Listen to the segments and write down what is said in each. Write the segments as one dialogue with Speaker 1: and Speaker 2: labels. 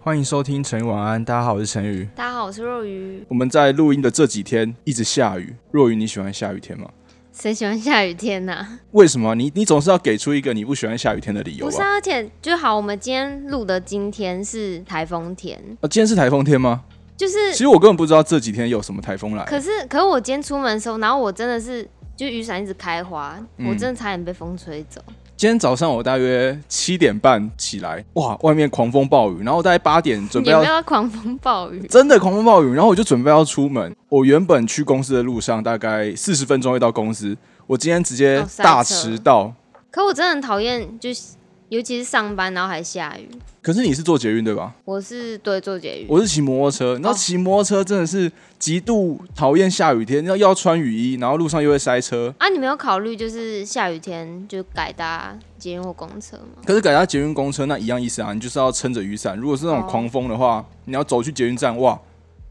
Speaker 1: 欢迎收听陈宇晚安，大家好，我是陈宇。
Speaker 2: 大家好，我是若愚。
Speaker 1: 我们在录音的这几天一直下雨，若雨你喜欢下雨天吗？
Speaker 2: 谁喜欢下雨天啊呐、
Speaker 1: 为什么？你你总是要给出一个你不喜欢下雨天的理由
Speaker 2: 不是
Speaker 1: 吧？
Speaker 2: 啊，而且就好，我们今天录的今天是台风天，
Speaker 1: 啊，今天是台风天吗？
Speaker 2: 就是
Speaker 1: 其实我根本不知道这几天有什么台风来。
Speaker 2: 可是可是我今天出门的时候，然后我真的是就雨伞一直开花，
Speaker 1: 嗯
Speaker 2: 我真的差点被风吹走。
Speaker 1: 今天早上我大约七点半起来，哇，外面狂风暴雨，然后大概八点准
Speaker 2: 你
Speaker 1: 备
Speaker 2: 有
Speaker 1: 要
Speaker 2: 没有狂风暴雨？
Speaker 1: 真的狂风暴雨，然后我就准备要出门。我原本去公司的路上大概四十分钟会到公司，我今天直接
Speaker 2: 哦塞车
Speaker 1: 大迟到。
Speaker 2: 可我真的很讨厌，就是尤其是上班然后还下雨。
Speaker 1: 可是你是坐捷运对吧？
Speaker 2: 我是对做节雨，
Speaker 1: 我是骑摩托车，你知道
Speaker 2: 哦
Speaker 1: 骑摩托车真的是极度讨厌下雨天，要要穿雨衣，然后路上又会塞车。
Speaker 2: 啊，你没有考虑就是下雨天就改搭捷运或公车吗？
Speaker 1: 可是改搭捷运公车那一样意思啊，你就是要撑着雨伞。如果是那种
Speaker 2: 哦
Speaker 1: 狂风的话，你要走去捷运站，哇，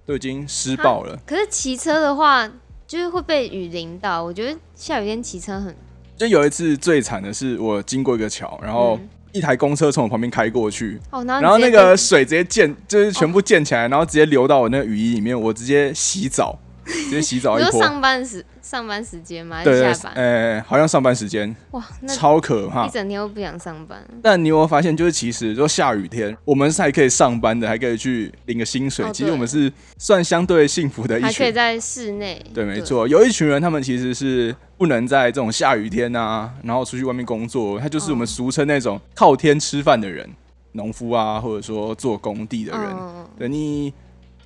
Speaker 1: 都已经湿爆了。
Speaker 2: 可是骑车的话，就是会被雨淋到。我觉得下雨天骑车很
Speaker 1: 就有一次最惨的是，我经过一个桥，然后
Speaker 2: 嗯
Speaker 1: 一台公车从我旁边开过去，
Speaker 2: 哦，然后
Speaker 1: 然后
Speaker 2: 你直
Speaker 1: 那
Speaker 2: 接哦
Speaker 1: 个水直接溅，就是全部溅起来，然后直接流到我那个雨衣里面，我直接洗澡，直接洗澡
Speaker 2: 被
Speaker 1: 一
Speaker 2: 你说
Speaker 1: 波。
Speaker 2: 上班时上班时间吗？还
Speaker 1: 对
Speaker 2: 是
Speaker 1: 对，
Speaker 2: 下班？
Speaker 1: 呃，好像上班时间
Speaker 2: 哇，那
Speaker 1: 超可怕
Speaker 2: 一，整天都不想上班。
Speaker 1: 但你有没有发现，就是其实就下雨天，我们是还可以上班的，还可以去领个薪水。
Speaker 2: 哦对
Speaker 1: 其实我们是算相对幸福的一
Speaker 2: 还可以
Speaker 1: 群。
Speaker 2: 在室内，
Speaker 1: 对，没，错，有一群人，他们其实是不能在这种下雨天啊，然后出去外面工作，他就是我们
Speaker 2: 哦
Speaker 1: 俗称那种靠天吃饭的人，农夫啊，或者说做工地的人。
Speaker 2: 嗯，
Speaker 1: 对你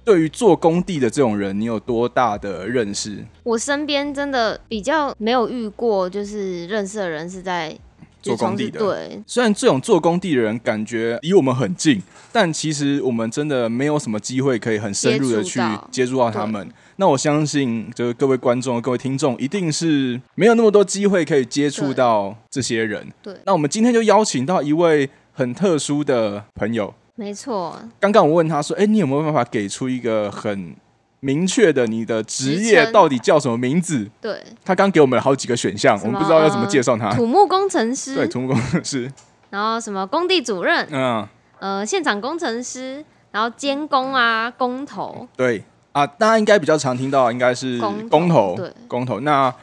Speaker 1: 对于做工地的这种人，你有多大的认识？
Speaker 2: 我身边真的比较没有遇过，就是认识的人是在
Speaker 1: 做工地的
Speaker 2: 就是从事对，
Speaker 1: 虽然这种做工地的人感觉离我们很近，但其实我们真的没有什么机会可以很深入的去
Speaker 2: 接触到
Speaker 1: 接触到他们。那我相信，就是各位观众、各位听众，一定是没有那么多机会可以接触到这些人。
Speaker 2: 对
Speaker 1: 那我们今天就邀请到一位很特殊的朋友。
Speaker 2: 没错，
Speaker 1: 刚刚我问他说：“哎、你有没有办法给出一个很明确的你的职
Speaker 2: 职
Speaker 1: 业
Speaker 2: 称
Speaker 1: 到底叫什么名字
Speaker 2: 对，？”
Speaker 1: 他刚给我们了好几个选项，
Speaker 2: 什
Speaker 1: 我
Speaker 2: 么
Speaker 1: 们
Speaker 2: 呃
Speaker 1: 不知道要怎么介绍他。
Speaker 2: 土木工程
Speaker 1: 对，
Speaker 2: 师，
Speaker 1: 土木工师，
Speaker 2: 然后什么工地主任，
Speaker 1: 嗯，
Speaker 2: 呃，现场工程师，然后监工啊，工头，
Speaker 1: 对啊，大家应该比较常听到的应该是
Speaker 2: 公投
Speaker 1: 公投，
Speaker 2: 对
Speaker 1: 公投。那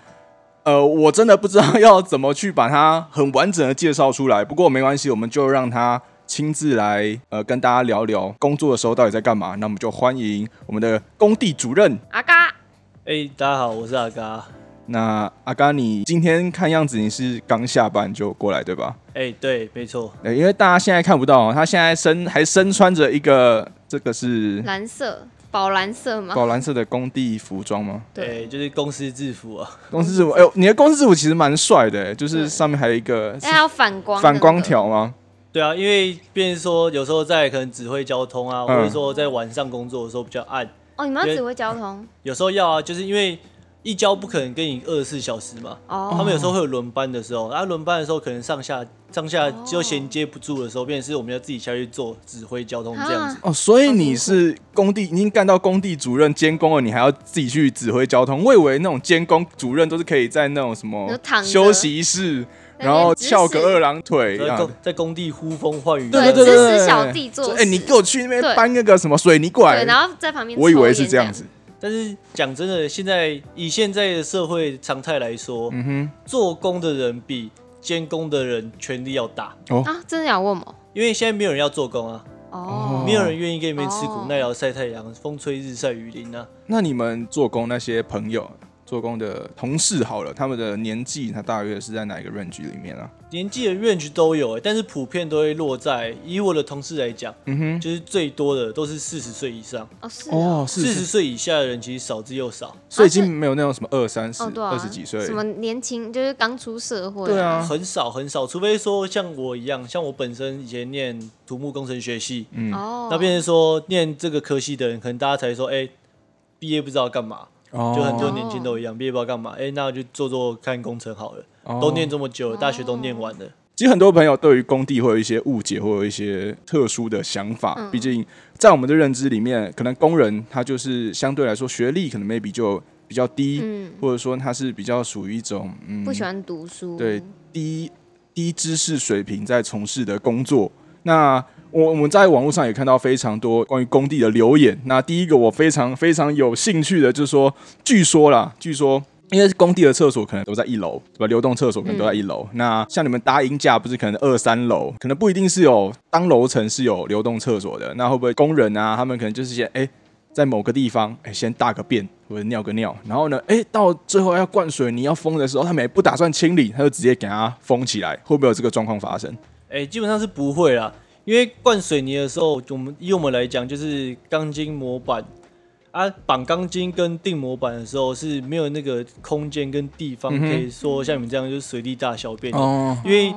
Speaker 1: 呃，我真的不知道要怎么去把它很完整的介绍出来，不过没关系，我们就让他亲自来呃跟大家聊聊工作的时候到底在干嘛。那我们就欢迎我们的工地主任。
Speaker 2: 阿嘎。
Speaker 3: 哎、大家好，我是阿嘎。
Speaker 1: 那阿刚，你今天看样子你是刚下班就过来对吧？
Speaker 3: 哎、对，没错，
Speaker 1: 呃因为大家现在看不到、哦，他现在身还身穿着一个这个是
Speaker 2: 蓝色，宝蓝色吗？
Speaker 1: 宝蓝色的工地服装吗？
Speaker 3: 对、
Speaker 2: 对。
Speaker 3: 哎就是公司制服啊。
Speaker 1: 公司制服，哎、呦，你的公司制服其实蛮帅的、哎就是
Speaker 2: 对
Speaker 1: 上面还有一个
Speaker 2: 哎，还有反光，
Speaker 1: 反光。条吗？
Speaker 3: 对啊，因为变成说有时候在可能指挥交通啊，
Speaker 1: 嗯
Speaker 3: 或者说在晚上工作的时候比较暗，
Speaker 2: 哦，你们要指挥交通
Speaker 3: 有时候要啊，就是因为一交不可能跟你二十四小时嘛。他
Speaker 2: 哦。
Speaker 3: 们有时候会有轮班的时候，啊，轮班的时候可能上下上下
Speaker 2: 哦
Speaker 3: 就衔接不住的时候，变成是我们要自己下去做指挥交通这样子。
Speaker 1: 哦，所以你是工地，你已经干到工地主任监工了，你还要自己去指挥交通。我以为那种监工主任都是可以在那种什么
Speaker 2: 就躺着
Speaker 1: 休息室，
Speaker 2: 在那边
Speaker 1: 然后
Speaker 2: 指使
Speaker 1: 翘个二郎腿一
Speaker 3: 在
Speaker 1: 样
Speaker 3: 工
Speaker 1: 的。
Speaker 3: 在工地呼风唤雨，
Speaker 1: 对对对
Speaker 2: 指
Speaker 1: 对对
Speaker 2: 使小弟做
Speaker 1: 就
Speaker 2: 事。
Speaker 1: 哎、你给我去那边
Speaker 2: 对
Speaker 1: 搬那个什么水泥管
Speaker 2: 啊对，，然后在旁边。
Speaker 1: 我以为是这样。子。
Speaker 3: 但是讲真的，现在以现在的社会常态来说，
Speaker 1: 嗯哼，
Speaker 3: 做工的人比监工的人权力要大，
Speaker 2: 啊，真的想问吗？
Speaker 3: 因为现在没有人要做工啊，
Speaker 2: 哦。
Speaker 3: 没有人愿意跟你们吃苦
Speaker 2: 哦
Speaker 3: 耐劳晒太阳，风吹日晒雨淋啊。
Speaker 1: 那你们做工那些朋友，做工的同事好了，他们的年纪，他大约是在哪一个 range 里面啊？
Speaker 3: 年纪的 range 都有、欸，但是普遍都会落在以我的同事来讲，
Speaker 1: 嗯哼，
Speaker 3: 就是最多的都是四十岁以上，
Speaker 2: 哦，是哦。
Speaker 1: 哦，是
Speaker 3: 四
Speaker 1: 是
Speaker 3: 十岁以下的人其实少之又少，
Speaker 1: 所以已经没有那种什么二三十、
Speaker 2: 啊哦，对啊。
Speaker 1: 二十几岁
Speaker 2: 什，么年轻，就是刚出社会。
Speaker 1: 对啊
Speaker 3: 很少很少，除非说像我一样，像我本身以前念土木工程学系，
Speaker 1: 嗯
Speaker 2: 哦。
Speaker 3: 那变成说念这个科系的人，可能大家才说，哎、毕业不知道干嘛，
Speaker 1: 哦
Speaker 3: 就很多年轻都一样，毕业不知道干嘛，哎、那就做做看工程好了。都念
Speaker 1: 哦。
Speaker 3: 这么久了，大学都念完了，
Speaker 1: 其实很多朋友对于工地会有一些误解，会有一些特殊的想法。
Speaker 2: 嗯
Speaker 1: 毕竟在我们的认知里面，可能工人他就是相对来说学历可能 maybe 就比较低，
Speaker 2: 嗯，
Speaker 1: 或者说他是比较属于一种嗯
Speaker 2: 不喜欢读书。
Speaker 1: 对低低知识水平在从事的工作。那我我们在网络上也看到非常多关于工地的留言。那第一个我非常非常有兴趣的，就是说，据说啦，据说。因为工地的厕所可能都在一楼，对吧？流动厕所可能都在一楼。那像你们搭鹰架，不是可能二三楼，可能不一定是有当楼层是有流动厕所的。那会不会工人啊，他们可能就是先哎、在某个地方哎、先大个便或者尿个尿，然后呢哎、到最后要灌水泥要封的时候，他们也不打算清理，他就直接给它封起来，会不会有这个状况发生？
Speaker 3: 哎、基本上是不会啦，因为灌水泥的时候，我们以我们来讲就是钢筋模板啊，绑钢筋跟定模板的时候是没有那个空间跟地方
Speaker 1: 嗯哼
Speaker 3: 可以说像你们这样就是随地大小便的，
Speaker 1: 哦，
Speaker 3: 因为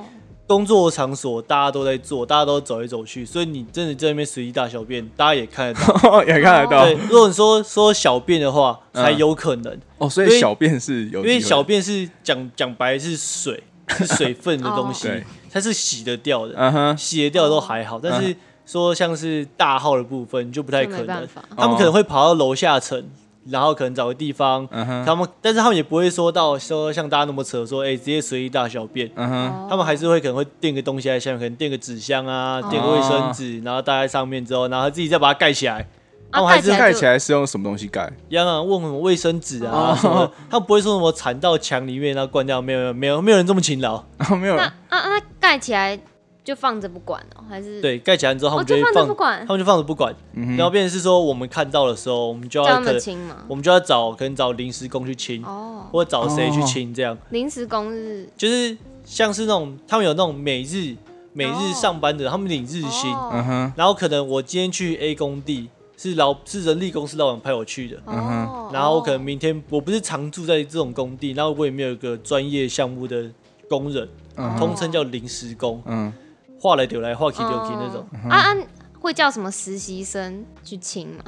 Speaker 3: 工作场所大家都在做，大家都走来走去，所以你真的在那边随地大小便，大家也看得到。
Speaker 1: 也看得到
Speaker 3: 哦对，如果你说说小便的话，才有可能，
Speaker 1: 哦，所
Speaker 3: 因
Speaker 1: 以
Speaker 3: 为
Speaker 1: 小便是有嗯机会
Speaker 3: 因
Speaker 1: 的，
Speaker 3: 为小便是讲讲白是水，是水分的 东西
Speaker 1: 对，
Speaker 3: 它是洗得掉的。
Speaker 1: 哦嗯哼，
Speaker 3: 洗得掉都还好，但是说像是大号的部分就不太
Speaker 2: 就
Speaker 3: 可
Speaker 2: 没办
Speaker 3: 能
Speaker 2: 法，
Speaker 3: 他们可能会跑到楼下层，然后可能找个地方，
Speaker 1: 嗯哼，
Speaker 3: 他们但是他们也不会说到说像大家那么扯说，哎、直接随意大小便。
Speaker 1: 嗯
Speaker 2: 哦
Speaker 1: 哼，
Speaker 3: 他们还是会可能会垫个东西在下面，可能垫个纸箱
Speaker 1: 哦
Speaker 3: 啊，垫个卫生纸，然后搭在上面之后，然后自己再把它盖起来。他
Speaker 2: 啊
Speaker 3: 们还是
Speaker 2: 起来
Speaker 1: 盖
Speaker 2: 就
Speaker 1: 起来是用什么东西盖？
Speaker 3: 一样啊，问什么卫生纸
Speaker 1: 哦
Speaker 3: 啊什么的，他们不会说什么缠到墙里面然啊后灌掉，没有没有没有没有人这么勤劳。
Speaker 1: 啊，没有
Speaker 2: 那，啊啊，那盖起来就放着不管哦，还是
Speaker 3: 对，盖起来之后他
Speaker 2: 哦，
Speaker 3: 们就
Speaker 2: 就放
Speaker 3: 会
Speaker 2: 着不
Speaker 3: 放，
Speaker 2: 管
Speaker 3: 他，们就放着不管，
Speaker 1: 嗯
Speaker 3: 然后
Speaker 1: 哼，
Speaker 3: 变成是说我们看到的时候，我们就
Speaker 2: 叫
Speaker 3: 要
Speaker 2: 他
Speaker 3: 可
Speaker 2: 们
Speaker 3: 能
Speaker 2: 清嘛。
Speaker 3: 我们就要找可能找临时工去清，
Speaker 2: 哦，
Speaker 3: 或者找谁去清，这样
Speaker 2: 临时工日
Speaker 3: 就是像是那种他们有那种每日每日
Speaker 2: 哦
Speaker 3: 上班的，他们领日薪，
Speaker 1: 嗯
Speaker 2: 哦
Speaker 1: 哼，
Speaker 3: 然后可能我今天去 A 工地是老是人力公司老板派我去的。
Speaker 1: 嗯哼
Speaker 2: 哦
Speaker 3: 然后我可能明天我不是常住在这种工地，然后我也没有一个专业项目的工人，
Speaker 1: 嗯哼，
Speaker 3: 通称叫临时工，
Speaker 1: 嗯，
Speaker 3: 画来丢来画去丢去那种。
Speaker 2: 哦啊啊，会叫什么实习生去请嘛？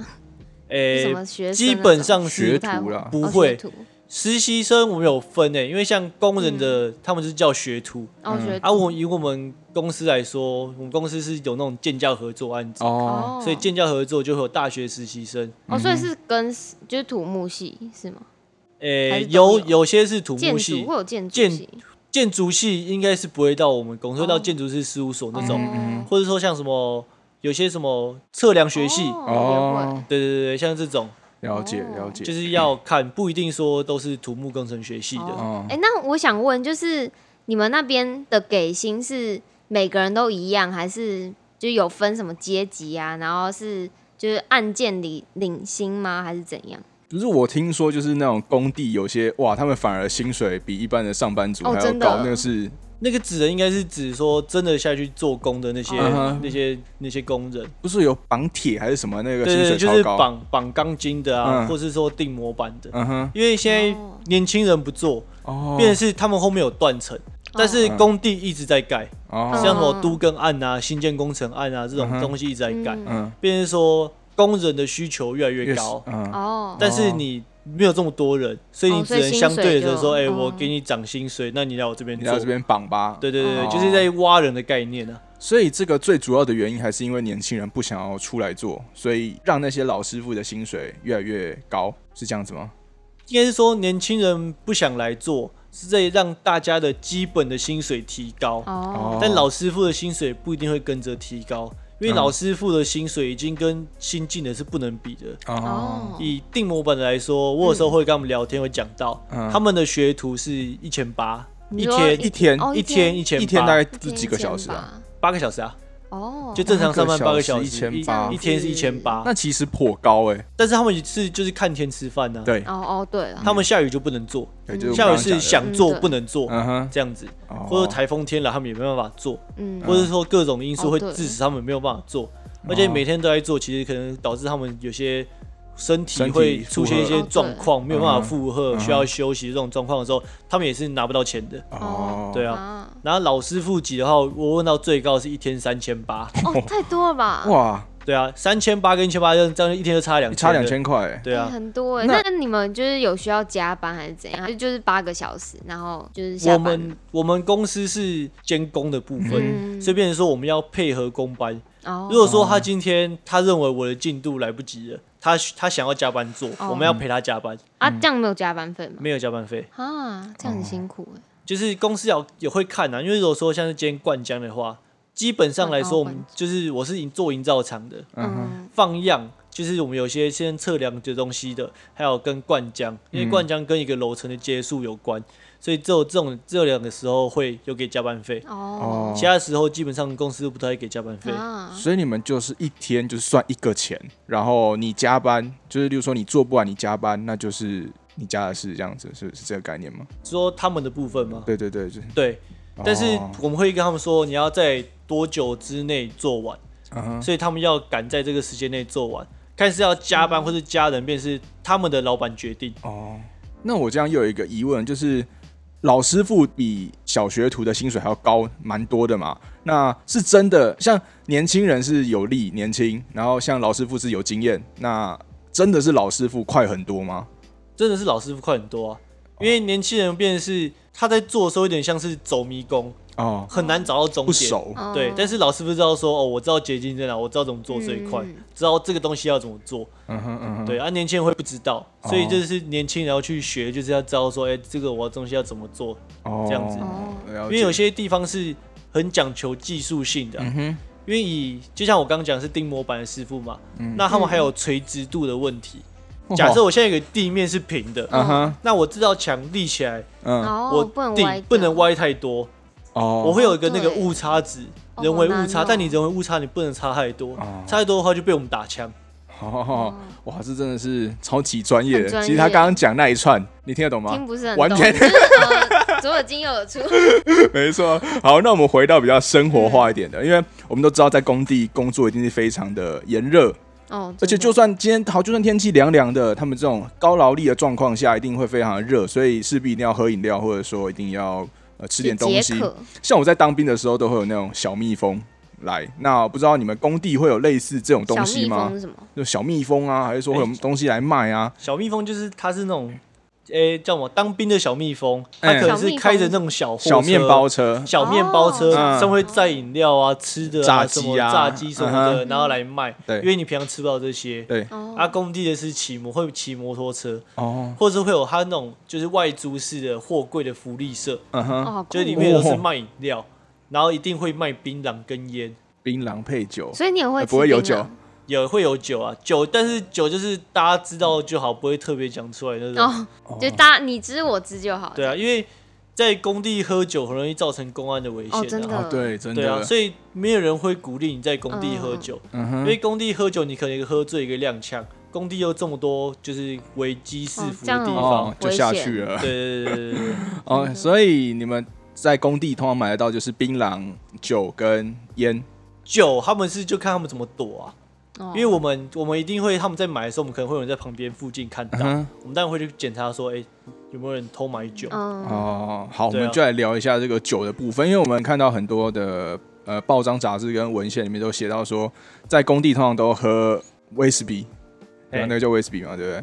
Speaker 3: 诶、
Speaker 2: 什么学生
Speaker 3: 基
Speaker 2: 那种？
Speaker 3: 本上
Speaker 1: 学
Speaker 3: 是
Speaker 2: 不太
Speaker 1: 徒
Speaker 2: 会
Speaker 1: 啦，
Speaker 3: 不
Speaker 2: 哦
Speaker 3: 会
Speaker 2: 学徒
Speaker 3: 实习生，我们有分诶、因为像工人
Speaker 2: 嗯
Speaker 3: 的、他们是叫学徒，
Speaker 2: 哦，学徒
Speaker 3: 啊，我以我们公司来说，我们公司是有那种建教合作案子，
Speaker 1: 哦，
Speaker 3: 所以建嗯教合作就会有大学实习生，
Speaker 2: 哦，所以是跟就是土木系是吗？还
Speaker 3: 诶、
Speaker 2: 是都
Speaker 3: 有
Speaker 2: 有
Speaker 3: 有些是土
Speaker 2: 建
Speaker 3: 木
Speaker 2: 筑
Speaker 3: 系
Speaker 2: 会，有建筑
Speaker 3: 建
Speaker 2: 系
Speaker 3: 建筑系应该是不会到我们公司，会到
Speaker 2: 哦
Speaker 3: 建筑师事务所那种，
Speaker 1: 嗯
Speaker 2: 哦
Speaker 3: 或者说像什么有些什么测量学系，
Speaker 2: 哦也会
Speaker 1: 哦，
Speaker 3: 对对对，像这种
Speaker 1: 了解
Speaker 2: 哦
Speaker 1: 了解，
Speaker 3: 就是要看，不一定说都是土木工程学系的，
Speaker 1: 哦
Speaker 2: 哦，哎、那我想问，就是你们那边的给薪是每个人都一样，还是就有分什么阶级啊？然后是就是按件里领薪吗？还是怎样？
Speaker 1: 就是我听说，就是那种工地有些哇，他们反而薪水比一般的上班族
Speaker 2: 哦
Speaker 1: 还要
Speaker 2: 真的
Speaker 1: 高，那个是
Speaker 3: 那个指的应该是指说真的下去做工的那些、
Speaker 1: 嗯哼
Speaker 3: 那些那些工人。
Speaker 1: 不是有绑铁还是什么？那个薪
Speaker 3: 对
Speaker 1: 水
Speaker 3: 对，就是
Speaker 1: 超高，
Speaker 3: 绑绑钢筋的啊，
Speaker 1: 嗯
Speaker 3: 或是说定模板的。
Speaker 1: 嗯哼，
Speaker 3: 因为现在
Speaker 2: 哦
Speaker 3: 年轻人不做，
Speaker 1: 哦，
Speaker 3: 变成是他们后面有断层，
Speaker 2: 哦
Speaker 3: 但是
Speaker 1: 嗯
Speaker 3: 工地一直在盖，
Speaker 1: 哦，
Speaker 3: 像什么
Speaker 2: 嗯
Speaker 3: 都更案啊、新建工程案啊这种
Speaker 1: 嗯哼
Speaker 3: 东西一直在盖，
Speaker 2: 嗯
Speaker 1: 嗯，
Speaker 3: 变成说工人的需求越来越高，啊
Speaker 1: 嗯，
Speaker 2: 哦，
Speaker 3: 但是你没有这么多人，所以你
Speaker 2: 哦
Speaker 3: 只
Speaker 2: 所以
Speaker 3: 能相对
Speaker 2: 薪
Speaker 3: 的
Speaker 2: 水
Speaker 3: 说，
Speaker 2: 就
Speaker 3: 哎，
Speaker 2: 嗯
Speaker 3: 我给你涨薪水，那你来我这边
Speaker 1: 你
Speaker 3: 做
Speaker 1: 到。这边绑吧，
Speaker 3: 对对对，
Speaker 1: 哦
Speaker 3: 就是在挖人的概念啊。
Speaker 1: 所以这个最主要的原因还是因为年轻人不想要出来做，所以让那些老师傅的薪水越来越高，是这样子吗？
Speaker 3: 应该是说年轻人不想来做，是在让大家的基本的薪水提高。
Speaker 2: 哦，
Speaker 3: 但老师傅的薪水不一定会跟着提高，因为
Speaker 1: 嗯
Speaker 3: 老师傅的薪水已经跟新进的是不能比的。
Speaker 1: 哦，
Speaker 3: 以定模板的来说，我有时候会跟他们聊天，会讲到、
Speaker 1: 嗯
Speaker 3: 他们的学徒是一千八
Speaker 2: 你
Speaker 3: 一
Speaker 2: 说
Speaker 3: 天
Speaker 1: 一天
Speaker 2: 哦
Speaker 3: 一天一千
Speaker 1: 一天大概是
Speaker 2: 一
Speaker 1: 几
Speaker 2: 天
Speaker 1: 个
Speaker 2: 一
Speaker 1: 小
Speaker 2: 千
Speaker 1: 时啊？
Speaker 2: 吧？
Speaker 3: 八个小时啊，
Speaker 2: 哦，
Speaker 3: 就正常上班
Speaker 1: 八
Speaker 3: 八
Speaker 1: 个
Speaker 3: 个
Speaker 1: 小
Speaker 3: 小
Speaker 1: 时
Speaker 3: 时，一
Speaker 1: 1800
Speaker 3: 一天是一千八，
Speaker 1: 那其实颇高哎、
Speaker 3: 但是他们是就是看天吃饭呢、
Speaker 1: 对
Speaker 2: 哦，哦，对了，
Speaker 3: 他们下雨就不能做，
Speaker 1: 对，就是我
Speaker 3: 下
Speaker 1: 刚
Speaker 3: 雨
Speaker 1: 刚讲
Speaker 3: 是
Speaker 1: 的
Speaker 3: 想做
Speaker 2: 嗯对
Speaker 3: 不能做、
Speaker 1: 嗯哼，
Speaker 3: 这样子，
Speaker 1: 哦
Speaker 3: 或者台风天了他们也没办法做，
Speaker 2: 嗯，
Speaker 3: 或者说各种因素会
Speaker 2: 哦对
Speaker 3: 致使他们没有办法做，而
Speaker 1: 哦
Speaker 3: 且每天都在做，其实可能导致他们有些身体
Speaker 1: 身体
Speaker 3: 会出现一
Speaker 2: 负荷
Speaker 3: 些
Speaker 2: 哦对
Speaker 3: 状况，没有办法负荷，
Speaker 1: 嗯
Speaker 3: 需要休息这种状况的时候，他们也是拿不到钱的。
Speaker 1: 哦，
Speaker 3: 对啊，
Speaker 2: 啊，
Speaker 3: 然后老师傅级的话，我问到最高是一天三千八，
Speaker 2: 哦，太多了 吧？
Speaker 1: 哇，
Speaker 3: 对啊，三千八跟一千八这样这样一天就差两，
Speaker 1: 差两，千块、欸，
Speaker 3: 对
Speaker 2: 哎
Speaker 3: 啊。
Speaker 2: 很多哎、
Speaker 1: 那
Speaker 2: 那你们就是有需要加班还是怎样？就就是八个小时，然后就是下
Speaker 3: 我
Speaker 2: 班
Speaker 3: 们我们公司是监工的部分，
Speaker 2: 嗯
Speaker 3: 所以变成说我们要配合工班。
Speaker 2: 哦，
Speaker 3: 如果说他今天他认为我的进度来不及了，他他想要加班做，
Speaker 2: 哦
Speaker 3: 我们要陪他加班，
Speaker 2: 啊，这样没有加班费吗？
Speaker 3: 没有加班费。
Speaker 2: 啊，这样很辛苦哎、
Speaker 1: 哦
Speaker 3: 就是公司要也会看啊，因为如果说像是今天灌浆的话，基本上来
Speaker 2: 嗯好
Speaker 3: 说，我们
Speaker 2: 关
Speaker 3: 就是我是营做营造厂的，
Speaker 1: 嗯哼，
Speaker 2: 嗯
Speaker 3: 放样就是我们有些先测量的东西的，还有跟灌浆，因为
Speaker 1: 嗯
Speaker 3: 灌浆跟一个楼层的接数有关，所以只有这种这两个时候会有给加班费，
Speaker 2: 哦
Speaker 3: 其他时候基本上公司都不太会给加班费。
Speaker 2: 啊，
Speaker 1: 所以你们就是一天就是算一个钱，然后你加班，就是例如说你做不完你加班，那就是你加的是这样子，是是这个概念吗？
Speaker 3: 说他们的部分吗？
Speaker 1: 对对对，就是。
Speaker 3: 对，哦但是
Speaker 1: 哦
Speaker 3: 我们会跟他们说你要在多久之内做完，
Speaker 1: 嗯哼
Speaker 3: 所以他们要赶在这个时间内做完。看是要加班或是加人，便是他们的老板决定。
Speaker 1: 哦，那我这样又有一个疑问，就是老师傅比小学徒的薪水还要高蛮多的嘛？那是真的，像年轻人是有力年轻，然后像老师傅是有经验，那真的是老师傅快很多吗？
Speaker 3: 真的是老师傅快很多啊，
Speaker 1: 哦
Speaker 3: 因为年轻人便是他在做的时候有点像是走迷宫，
Speaker 1: 哦，
Speaker 3: 很难找到终
Speaker 1: 不
Speaker 3: 点。
Speaker 1: 熟，
Speaker 2: 哦
Speaker 3: 对，但是老师傅知道说，哦，我知道捷径在哪，我知道怎么做最快，
Speaker 2: 嗯
Speaker 3: 知道这个东西要怎么做。
Speaker 1: 嗯哼嗯哼，
Speaker 3: 对，啊，年轻人会不知道，
Speaker 1: 哦
Speaker 3: 所以就是年轻人要去学，就是要知道说，哎、这个我东西要怎么做，
Speaker 1: 哦，
Speaker 3: 这样
Speaker 2: 嗯
Speaker 3: 子
Speaker 1: 了
Speaker 3: 因
Speaker 1: 解，
Speaker 3: 为有些地方是很讲求技术性的啊、
Speaker 1: 嗯哼，
Speaker 3: 因为以就像我刚刚讲是钉模板的师傅嘛，
Speaker 1: 嗯
Speaker 3: 那他们还有垂直度的问题。
Speaker 1: 哦
Speaker 3: 假设我现在有个地面是平的，
Speaker 1: 嗯哼，
Speaker 3: 那我这道墙立起来，
Speaker 1: 嗯，
Speaker 2: 哦，
Speaker 3: 我
Speaker 2: 不能
Speaker 3: 顶
Speaker 2: 歪，
Speaker 3: 不能，歪太多，
Speaker 1: 哦，
Speaker 3: 我会有一个那个
Speaker 2: 对
Speaker 3: 误差值，
Speaker 2: 哦
Speaker 3: 人为
Speaker 2: 好
Speaker 3: 误
Speaker 2: 难
Speaker 3: 差，
Speaker 2: 哦
Speaker 3: 但你人为误差你不能差太多
Speaker 1: 哦，
Speaker 3: 差太多的话就被我们打枪。
Speaker 1: 哦，哇，这真的是超级专业的。
Speaker 2: 嗯很专业
Speaker 1: 其实他刚刚讲那一串，你听得懂吗？
Speaker 2: 听不是很
Speaker 1: 完
Speaker 2: 懂
Speaker 1: 全
Speaker 2: 就是呃左耳进右 耳出，
Speaker 1: 没错，好，那我们回到比较生活化一点的，因为我们都知道在工地工作一定是非常的炎热，
Speaker 2: 哦，
Speaker 1: 而且就算今天好，就算天气凉凉的，他们这种高劳力的状况下，一定会非常的热，所以势必一定要喝饮料，或者说一定要呃吃
Speaker 2: 吃
Speaker 1: 点东西。像我在当兵的时候，都会有那种小蜜蜂来，那不知道你们工地会有类似这种
Speaker 2: 小
Speaker 1: 东西
Speaker 2: 蜜
Speaker 1: 吗
Speaker 2: 蜂？哎是什么？
Speaker 1: 就小蜜蜂啊，还是说会有东西来卖啊？
Speaker 3: 小蜜蜂就是它是那种，诶、叫什么？当兵的小蜜蜂，它
Speaker 1: 哎
Speaker 3: 可能是开着那种小货车
Speaker 1: 小面包、车，
Speaker 3: 小面包车，
Speaker 1: 哦嗯
Speaker 3: 上面会载饮料啊、吃的
Speaker 1: 炸鸡
Speaker 3: 什
Speaker 1: 啊
Speaker 3: 么炸鸡什么的，
Speaker 1: 嗯
Speaker 3: 然后来卖。
Speaker 1: 对
Speaker 3: 因为你平常吃不到这些。
Speaker 1: 对，
Speaker 2: 哦，
Speaker 3: 啊，工地的是骑摩会骑摩托车，
Speaker 1: 哦，
Speaker 3: 或者是会有它那种就是外租式的货柜的福利社，
Speaker 1: 嗯
Speaker 2: 哦，
Speaker 1: 哼，
Speaker 2: 好酷
Speaker 3: 就是里面都是卖饮料，然后一定会卖槟榔跟烟，
Speaker 1: 槟榔配酒，
Speaker 2: 所以你也
Speaker 1: 哦
Speaker 2: 会
Speaker 1: 呃不会
Speaker 2: 吃
Speaker 1: 有
Speaker 2: 槟
Speaker 1: 酒
Speaker 2: 榔
Speaker 3: 也会有酒啊酒，但是酒就是大家知道就好，不会特别讲出来那种。
Speaker 2: 哦，就大家你知我知就好。
Speaker 3: 对啊，因为在工地喝酒很容易造成公安的危险、啊。
Speaker 2: 哦真的
Speaker 1: 哦，对，真
Speaker 3: 对啊，
Speaker 1: 的，
Speaker 3: 所以没有人会鼓励你在工地喝酒，
Speaker 1: 嗯
Speaker 3: 因
Speaker 1: 哼，
Speaker 3: 为工地喝酒你可能一个喝醉一个踉跄，工地又这么多就是危机四
Speaker 2: 哦
Speaker 3: 伏的地
Speaker 2: 这样
Speaker 3: 方。
Speaker 1: 哦，就下去了。
Speaker 3: 对对对对对对，
Speaker 2: 嗯
Speaker 1: 哦，所以你们在工地通常买得到就是槟榔、酒跟烟。
Speaker 3: 酒他们是就看他们怎么躲啊，
Speaker 2: 哦
Speaker 3: 因为我们我们一定会他们在买的时候，我们可能会有人在旁边附近看到，
Speaker 1: 嗯
Speaker 3: 我们当然会去检查说，哎、有没有人偷买酒？
Speaker 1: 哼，
Speaker 2: 嗯，
Speaker 1: 哦，好，我
Speaker 3: 对啊
Speaker 1: 们就来聊一下这个酒的部分，因为我们看到很多的呃报章杂志跟文献里面都写到说，在工地通常都喝威士忌，对吧
Speaker 3: 嘿
Speaker 1: 那个叫威士忌嘛，对不对？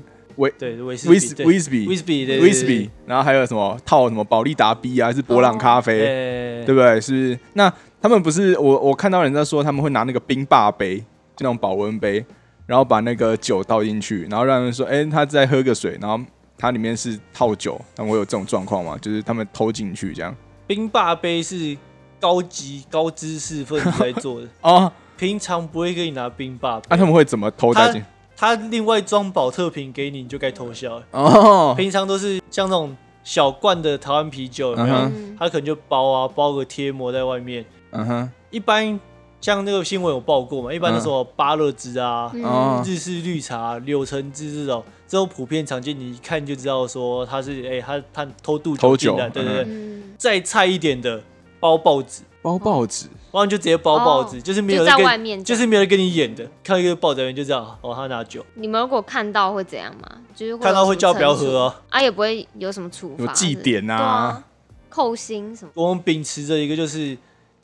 Speaker 3: 对，哎威士
Speaker 1: 威
Speaker 3: 忌，
Speaker 1: 士
Speaker 3: 对
Speaker 1: 威士忌
Speaker 3: 威，士忌，对
Speaker 1: 威士忌，，然后还有什么套什么保利达 B 啊，还是勃朗咖
Speaker 3: 对
Speaker 1: 啡？
Speaker 3: 对对
Speaker 1: 对不对？是不是？那他们不是我我看到人家说他们会拿那个冰霸杯，就那种保温杯，然后把那个酒倒进去，然后让人说，哎、他再喝个水，然后它里面是套酒，他们会有这种状况吗？就是他们偷进去这样？
Speaker 3: 冰霸杯是高级高知识分子在 做的，
Speaker 1: 哦，
Speaker 3: 平常不会给你拿冰霸
Speaker 1: 那、
Speaker 3: 杯，
Speaker 1: 啊他们会怎么偷带进？
Speaker 3: 他另外装保特瓶给你，你就该偷笑了。
Speaker 1: 哦，
Speaker 3: 平常都是像那种小罐的台湾啤酒，有没有？
Speaker 1: 嗯
Speaker 2: 嗯
Speaker 3: 他可能就包啊，包个贴膜在外面。
Speaker 1: 嗯哼，
Speaker 3: 一般像那个新闻有报过嘛，一般那什么芭乐汁啊、
Speaker 2: 嗯
Speaker 1: 哦
Speaker 3: 日式绿茶、柳橙汁这种，这种普遍常见，你一看就知道说他是哎、他他偷渡
Speaker 1: 偷
Speaker 3: 进
Speaker 1: 酒
Speaker 3: 来，对对对。
Speaker 2: 嗯，
Speaker 3: 再菜一点的包报纸。
Speaker 1: 包报纸，
Speaker 3: 然后你就直接包报纸，
Speaker 2: 哦
Speaker 3: 就是没有
Speaker 2: 就
Speaker 3: 人
Speaker 2: 在
Speaker 3: 跟
Speaker 2: 外面，
Speaker 3: 就是没有人跟你演的，看到一个报纸人就知道哦，他拿酒，
Speaker 2: 你们如果看到会怎样吗？就是有
Speaker 3: 看到会叫不要
Speaker 2: 什么
Speaker 3: 喝啊。
Speaker 2: 惩处啊，也不会有什么处罚，
Speaker 1: 有祭典啊
Speaker 2: 对啊，扣薪什么，
Speaker 3: 我们秉持着一个就是，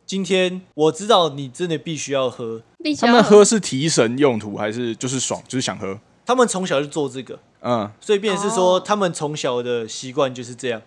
Speaker 3: 今天我知道你真的必须要喝，
Speaker 2: 必须
Speaker 1: 他
Speaker 2: 要
Speaker 1: 们喝是提神用途，还是就是爽，就是想喝？
Speaker 3: 他们从小就做这个，
Speaker 1: 嗯，
Speaker 3: 所以便是说
Speaker 2: 哦
Speaker 3: 他们从小的习惯就是这样，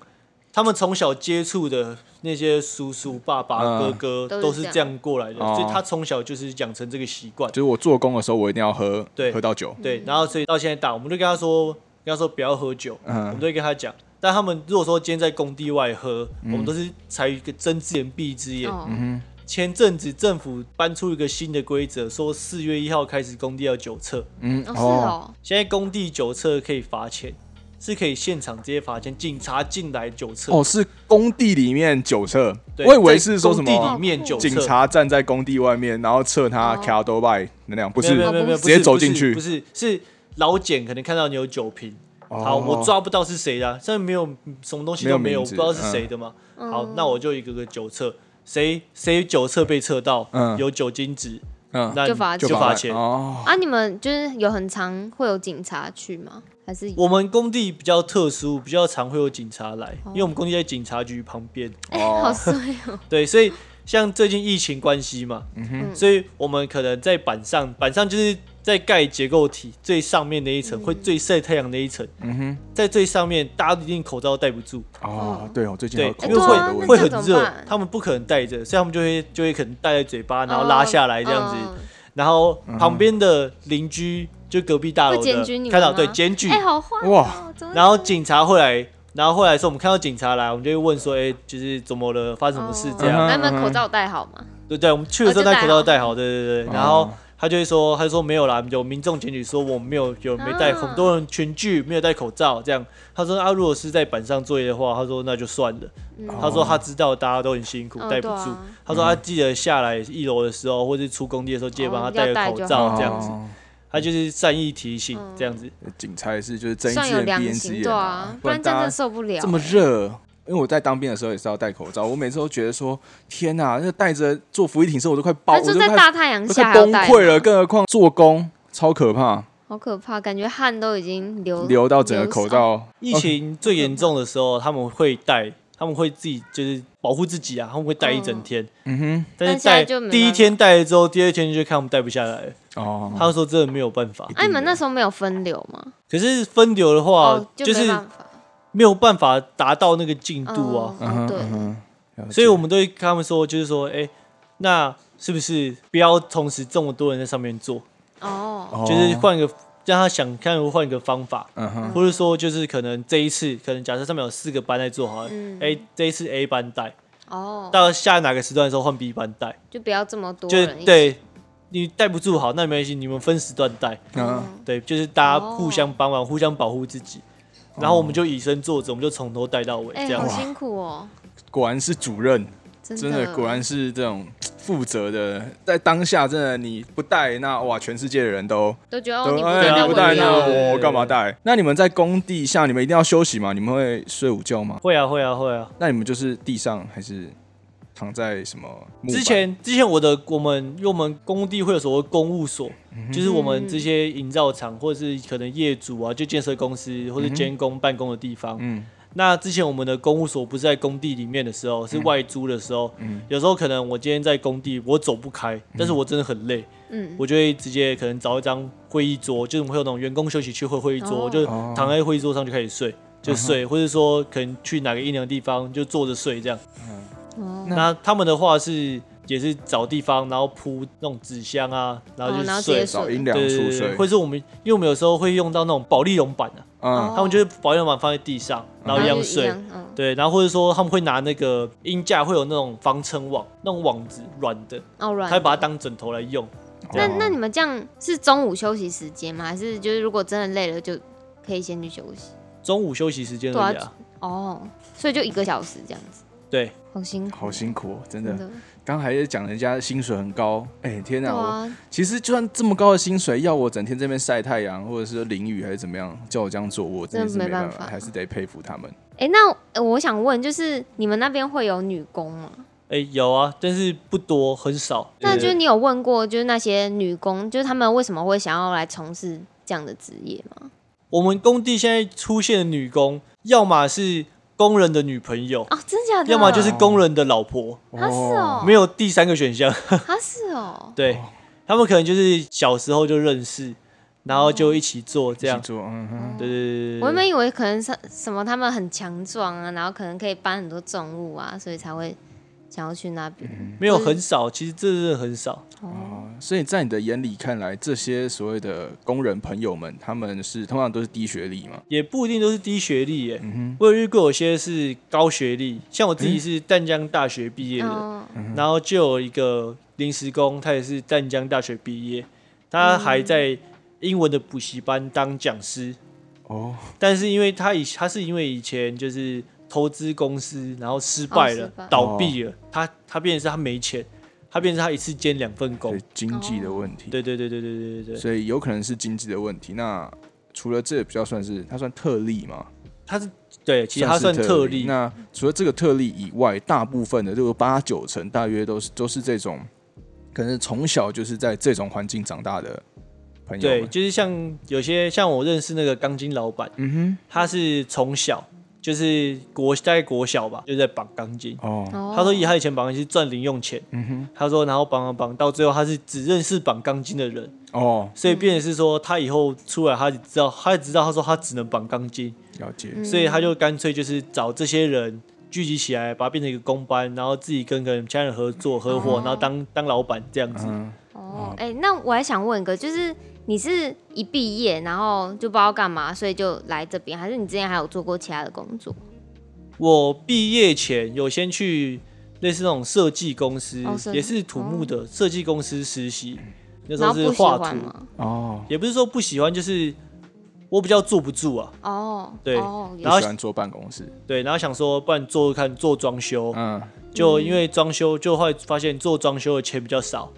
Speaker 3: 他们从小接触的那些叔叔、爸爸、
Speaker 1: 嗯
Speaker 3: 哥哥
Speaker 2: 都是
Speaker 3: 都是
Speaker 2: 这样
Speaker 3: 这样过来的，
Speaker 1: 哦
Speaker 3: 所以他从小就是养成这个习惯
Speaker 1: 就。是我做工的时候，我一定要喝，
Speaker 3: 对
Speaker 1: 喝到酒。
Speaker 3: 对，然后所以到现在打，我们就跟他说，跟他说不要喝酒，我们
Speaker 1: 嗯
Speaker 3: 都会跟他讲。
Speaker 1: 嗯
Speaker 3: 但他们如果说今天在工地外喝，我们都是采取一个睁只眼闭只眼，
Speaker 2: 哦，
Speaker 1: 嗯哼，
Speaker 3: 前阵子政府搬出一个新的规则，说四月一号开始工地要酒测，
Speaker 1: 嗯
Speaker 2: 哦，是，哦，
Speaker 3: 现在工地酒测可以罚钱，是可以现场直接罚钱，警察进来酒测。
Speaker 1: 哦，是工地里面酒测，
Speaker 3: 对，
Speaker 1: 我以为是说什
Speaker 3: 在工地
Speaker 1: 么
Speaker 3: 里面酒测
Speaker 1: 警察站在工地外面，然后测他
Speaker 2: 哦
Speaker 1: c a r d o by 那样，不
Speaker 3: 没有没有
Speaker 1: 是
Speaker 3: 没有没有
Speaker 1: 直接走进去
Speaker 3: 不是不是是老检可能看到你有酒瓶，
Speaker 1: 哦
Speaker 3: 好，我抓不到是谁的啊，这没有什么东西都没
Speaker 1: 没有名
Speaker 3: 有，我
Speaker 1: 字
Speaker 3: 不知道是谁的嘛。
Speaker 2: 嗯
Speaker 3: 好，那我就一个个酒测，谁谁酒测被测到
Speaker 1: 嗯
Speaker 3: 有酒精值，
Speaker 1: 嗯，
Speaker 3: 那
Speaker 2: 就罚
Speaker 3: 就
Speaker 2: 钱
Speaker 3: 罚钱。
Speaker 1: 哦，
Speaker 2: 啊，你们就是有很常会有警察去吗？还是
Speaker 3: 我们工地比较特殊，比较常会有警察来，
Speaker 2: 哦
Speaker 3: 因为我们工地在警察局旁边。
Speaker 2: 哎、
Speaker 1: 哦
Speaker 2: 好衰哦，
Speaker 3: 对，所以像最近疫情关系嘛，
Speaker 1: 嗯
Speaker 2: 哼
Speaker 3: 所以我们可能在板上，板上就是在盖结构体最上面那一
Speaker 2: 嗯
Speaker 3: 层，会最晒太阳那一层，
Speaker 1: 嗯哼，
Speaker 3: 在最上面大家一定口罩戴不住，
Speaker 1: 哦，对哦，最近
Speaker 3: 对
Speaker 1: 有，口
Speaker 3: 因为
Speaker 1: 罩
Speaker 3: 会、
Speaker 2: 嗯哎对啊
Speaker 1: 的
Speaker 2: 那
Speaker 1: 问
Speaker 3: 会
Speaker 1: 题
Speaker 2: 这样
Speaker 3: 很
Speaker 2: 怎么
Speaker 3: 热
Speaker 2: 办，哦
Speaker 3: 他们不可能戴着，所以他们就会就会可能戴在嘴巴，然后拉下来这样子，
Speaker 2: 嗯
Speaker 3: 然后旁边的邻居就隔壁大楼
Speaker 2: 会检
Speaker 3: 的
Speaker 2: 举你们
Speaker 3: 看到
Speaker 2: 吗
Speaker 3: 对检举，
Speaker 2: 哎、好坏
Speaker 1: 哇
Speaker 2: 哦，怎么会
Speaker 3: 然后警察会来。然后后来说，我们看到警察来，我们就会问说，哎，就是怎么了，发生什么事这样？
Speaker 2: 哦那你
Speaker 1: 嗯
Speaker 2: 们口罩戴好吗？
Speaker 3: 对对，我们去
Speaker 2: 哦
Speaker 3: 的时候戴口罩戴好，对对对。
Speaker 1: 哦
Speaker 3: 然后他就会说，他就说没有啦，有民众检举说我们没有有人没戴，
Speaker 2: 啊
Speaker 3: 很多人群聚没有戴口罩这样。他说啊，如果是在板上作业的话，他说那就算了。
Speaker 2: 嗯
Speaker 3: 他说他知道大家都很辛苦，
Speaker 2: 嗯
Speaker 3: 戴不
Speaker 2: 对
Speaker 3: 住
Speaker 2: 啊。
Speaker 3: 他说他记得下来一楼的时候，或是出工地的时候，记得帮他
Speaker 2: 哦
Speaker 3: 戴
Speaker 2: 要戴
Speaker 3: 个口
Speaker 2: 就
Speaker 3: 罩
Speaker 2: 好
Speaker 3: 这样子。
Speaker 1: 哦
Speaker 3: 他就是善意提醒
Speaker 2: 嗯
Speaker 3: 这样子。
Speaker 1: 警察也是就是睁一
Speaker 2: 算
Speaker 1: 只
Speaker 2: 有
Speaker 1: 眼
Speaker 2: 良
Speaker 1: 闭一只
Speaker 2: 心，
Speaker 1: 眼
Speaker 2: 对啊，
Speaker 1: 不
Speaker 2: 不
Speaker 1: 然
Speaker 2: 然
Speaker 1: 大
Speaker 2: 真
Speaker 1: 家
Speaker 2: 的受不了、欸
Speaker 1: 这么热，因为我在当兵的时候也是要戴口罩，我每次都觉得说，天哪，那戴着做服役挺身，我都快爆，
Speaker 2: 那
Speaker 1: 我
Speaker 2: 就
Speaker 1: 都
Speaker 2: 在
Speaker 1: 快
Speaker 2: 大太阳
Speaker 1: 都
Speaker 2: 下
Speaker 1: 快
Speaker 2: 还要
Speaker 1: 崩
Speaker 2: 戴
Speaker 1: 溃了，
Speaker 2: 吗
Speaker 1: 更何况做工，超可怕，
Speaker 2: 好可怕，感觉汗都已经流
Speaker 1: 流到整个
Speaker 2: 嗯流
Speaker 1: 口
Speaker 2: 手
Speaker 1: 罩。
Speaker 3: 疫情最严重的时候，他们会戴，他们会自己就是保护自己啊，他们会戴一整天。
Speaker 1: 嗯
Speaker 3: 但
Speaker 2: 但
Speaker 3: 是
Speaker 2: 现在
Speaker 3: 戴
Speaker 2: 就没
Speaker 3: 第一
Speaker 2: 办法
Speaker 3: 天戴了之后，第二天就看我们戴不下来了。
Speaker 1: 哼，哦，
Speaker 3: 他说真的没有办法。
Speaker 2: 哎、你们那时候没有分流吗？
Speaker 3: 可是分流的话，
Speaker 2: 哦，
Speaker 3: 就
Speaker 2: 没
Speaker 3: 是
Speaker 2: 办法。哦
Speaker 3: 没有办法达到那个进度啊，
Speaker 1: 嗯哼
Speaker 2: 对
Speaker 1: 嗯哼了解
Speaker 3: 所以我们都会跟他们说，就是说，哎、那是不是不要同时这么多人在上面做，
Speaker 2: 哦，
Speaker 1: 哦
Speaker 3: 就是换个让他想看，换一个方法，
Speaker 1: 嗯
Speaker 2: 哦
Speaker 1: 哼，
Speaker 3: 或者说就是可能这一次，可能假设上面有四个班在做好了，哎、
Speaker 2: 嗯
Speaker 3: 这一次 A 班带，
Speaker 2: 哦，
Speaker 3: 到下哪个时段的时候换 B 班带，
Speaker 2: 就不要这么多
Speaker 3: 就
Speaker 2: 人一
Speaker 3: 是
Speaker 2: 起，
Speaker 3: 对你带不住好，那没关系，你们分时段带，
Speaker 1: 嗯，
Speaker 3: 对，就是大家
Speaker 2: 哦
Speaker 3: 互相帮忙，互相保护自己。然后我们就以身作则，我们就从头带到尾，
Speaker 2: 哎、
Speaker 3: 这样
Speaker 2: 好
Speaker 3: 子。
Speaker 2: 辛苦哦，
Speaker 1: 果然是主任，
Speaker 2: 真的
Speaker 1: 真的果然是这种负责的，在当下真的你不戴，那哇，全世界的人都
Speaker 2: 都觉得哦，
Speaker 1: 都
Speaker 2: 你不
Speaker 1: 哎
Speaker 2: 戴
Speaker 1: 你
Speaker 2: 那
Speaker 3: 对啊
Speaker 2: 我
Speaker 1: 不
Speaker 2: 不
Speaker 1: 戴，那
Speaker 2: 要，
Speaker 3: 对
Speaker 1: 我
Speaker 3: 对
Speaker 1: 干嘛戴？那你们在工地下，你们一定要休息吗？你们会睡午觉吗？
Speaker 3: 会啊，会啊，会啊。
Speaker 1: 那你们就是地上还是躺在什么木板？
Speaker 3: 之前之前我的我们因为我们工地会有所谓公务所，
Speaker 1: 嗯
Speaker 3: 就是我们这些营造厂或者是可能业主啊，就建设公司或者监工办公的地方。
Speaker 1: 嗯
Speaker 3: 那之前我们的公务所不是在工地里面的时
Speaker 1: 嗯
Speaker 3: 候，是外租的时候，有时候可能我今天在工地我走不开，但是我真的很累，
Speaker 2: 嗯，
Speaker 3: 我就会直接可能找一张会议桌，就是我们会有那种员工休息区会会议桌，
Speaker 2: 哦
Speaker 3: 我就躺在会议桌上就开始睡，就睡，或者说可能去哪个阴凉地方就坐着睡这样。
Speaker 2: 哦，
Speaker 3: 那他们的话是也是找地方，然后铺那种纸箱啊，然后
Speaker 2: 哦然
Speaker 3: 就
Speaker 2: 后
Speaker 3: 睡
Speaker 2: 直接。
Speaker 1: 找阴
Speaker 3: 对
Speaker 1: 凉
Speaker 3: 对
Speaker 1: 处
Speaker 3: 对对，
Speaker 1: 睡，
Speaker 3: 或者是我们，因为我们有时候会用到那种保利龙板啊，
Speaker 1: 嗯
Speaker 2: 哦
Speaker 3: 他们就是保利龙板放在地上，然后一样睡。
Speaker 2: 嗯，
Speaker 3: 对，然后或者说他们会拿那个鹰架，会有那种防尘网，那种网子软的，
Speaker 2: 哦，软
Speaker 3: 他
Speaker 2: 的，
Speaker 3: 会把它当枕头来用。
Speaker 2: 那
Speaker 1: 哦
Speaker 2: 那你们这样是中午休息时间吗？还是就是如果真的累了就可以先去休息？
Speaker 3: 中午休息时间而已
Speaker 2: 对
Speaker 3: 啊。
Speaker 2: 哦，所以就一个小时这样子，
Speaker 3: 对，
Speaker 2: 好辛苦，
Speaker 1: 好辛苦哦，真
Speaker 2: 真
Speaker 1: 的。
Speaker 2: 的，
Speaker 1: 刚还在讲人家薪水很高，哎，天
Speaker 2: 对
Speaker 1: 哪！我
Speaker 2: 啊，
Speaker 1: 其实就算这么高的薪水，要我整天这边晒太阳，或者是淋雨还是怎么样，叫我这样做，我真的是
Speaker 2: 真的
Speaker 1: 没
Speaker 2: 没
Speaker 1: 办
Speaker 2: 办法
Speaker 1: 还是得佩服他们。
Speaker 2: 哎、那呃我想问，就是你们那边会有女工吗？
Speaker 3: 哎，有啊，但是不多，很少。
Speaker 2: 那
Speaker 3: 对
Speaker 2: 就是你有问过，就是那些女工，就是他们为什么会想要来从事这样的职业吗？
Speaker 3: 我们工地现在出现的女工，要么是工人的女朋友，
Speaker 2: 哦，真假的？
Speaker 3: 要么就是工人的老婆，
Speaker 2: 啊是哦，
Speaker 3: 没有第三个选项。
Speaker 2: 啊是哦，
Speaker 3: 对，他们可能就是小时候就认识，然后就一起做这
Speaker 1: 这样
Speaker 3: 样。
Speaker 1: 做，嗯哼，
Speaker 3: 对对
Speaker 2: 哦我原
Speaker 3: 对对对，
Speaker 2: 本以为可能是什么他们很强壮啊，然后可能可以搬很多重物啊，所以才会想要去那边。
Speaker 3: 没有很少，其实这是很少。
Speaker 1: 哦，所以在你的眼里看来，这些所谓的工人朋友们，他们是通常都是低学历嘛？
Speaker 3: 也不一定都是低学历
Speaker 2: 嗯
Speaker 3: 耶。我有遇过有些是高学历，像我自己是淡江大学毕业的，
Speaker 2: 嗯，
Speaker 3: 然后就有一个临时工，他也是淡江大学毕业，他还在英文的补习班当讲师，
Speaker 1: 哦，
Speaker 3: 但是因为他以他是因为以前就是投资公司，然后失败
Speaker 2: 哦
Speaker 3: 了，
Speaker 2: 失败
Speaker 3: 倒闭了，他他变成是他没钱，他变成是他一次兼两份工
Speaker 1: 对。经济的问题，
Speaker 3: 对对对对对对哦对对，
Speaker 1: 所以有可能哦是经济的问题。那除了这比较算是它算特例嘛？
Speaker 3: 他是对，其实他算
Speaker 1: 是
Speaker 3: 特
Speaker 1: 例。
Speaker 3: 例，
Speaker 1: 那除了这个特例以外，大部分的这个八九成大约都是都是这种，可能是从小就是在这种环境长大的朋友
Speaker 3: 对，
Speaker 1: 们。
Speaker 3: 就是像有些像我认识那个钢筋老板，
Speaker 1: 嗯
Speaker 3: 他是从小就是国大概国小吧，就在绑钢筋。
Speaker 1: 哼，哦，
Speaker 2: 哦
Speaker 3: 他说以他以前绑钢筋是赚零用钱，
Speaker 1: 嗯哼，
Speaker 3: 他说然后绑绑绑，到最后他是只认识绑钢筋的人，
Speaker 1: 哦，
Speaker 3: 所以变成是说他以后出来他只知道，他也知道他说他只能绑钢筋，
Speaker 1: 了解。
Speaker 2: 嗯
Speaker 3: 所以他就干脆就是找这些人聚集起来，把它变成一个公班，然后自己跟跟家人合作合伙，
Speaker 2: 哦
Speaker 3: 然后当当老板这样子。
Speaker 1: 嗯，
Speaker 2: 哦，哎、那我还想问一个，就是你是一毕业然后就不知道干嘛，所以就来这边，还是你之前还有做过其他的工作？
Speaker 3: 我毕业前有先去类似那种设计公司，
Speaker 2: 哦设计哦
Speaker 3: 也是土木的设计公司实习，那时
Speaker 2: 然
Speaker 3: 候
Speaker 2: 后
Speaker 3: 是
Speaker 2: 不喜
Speaker 3: 画
Speaker 2: 欢
Speaker 3: 图，
Speaker 2: 吗？
Speaker 1: 哦，
Speaker 3: 也不是说不喜欢，就是我比较坐不住啊，
Speaker 2: 哦，
Speaker 3: 对
Speaker 2: 哦，
Speaker 1: 不
Speaker 2: 也
Speaker 3: 然后
Speaker 1: 喜欢坐办公室。
Speaker 3: 对，然后想说不然做看做装修，
Speaker 1: 嗯，
Speaker 3: 就因为装修就会发现做装修的钱比较少，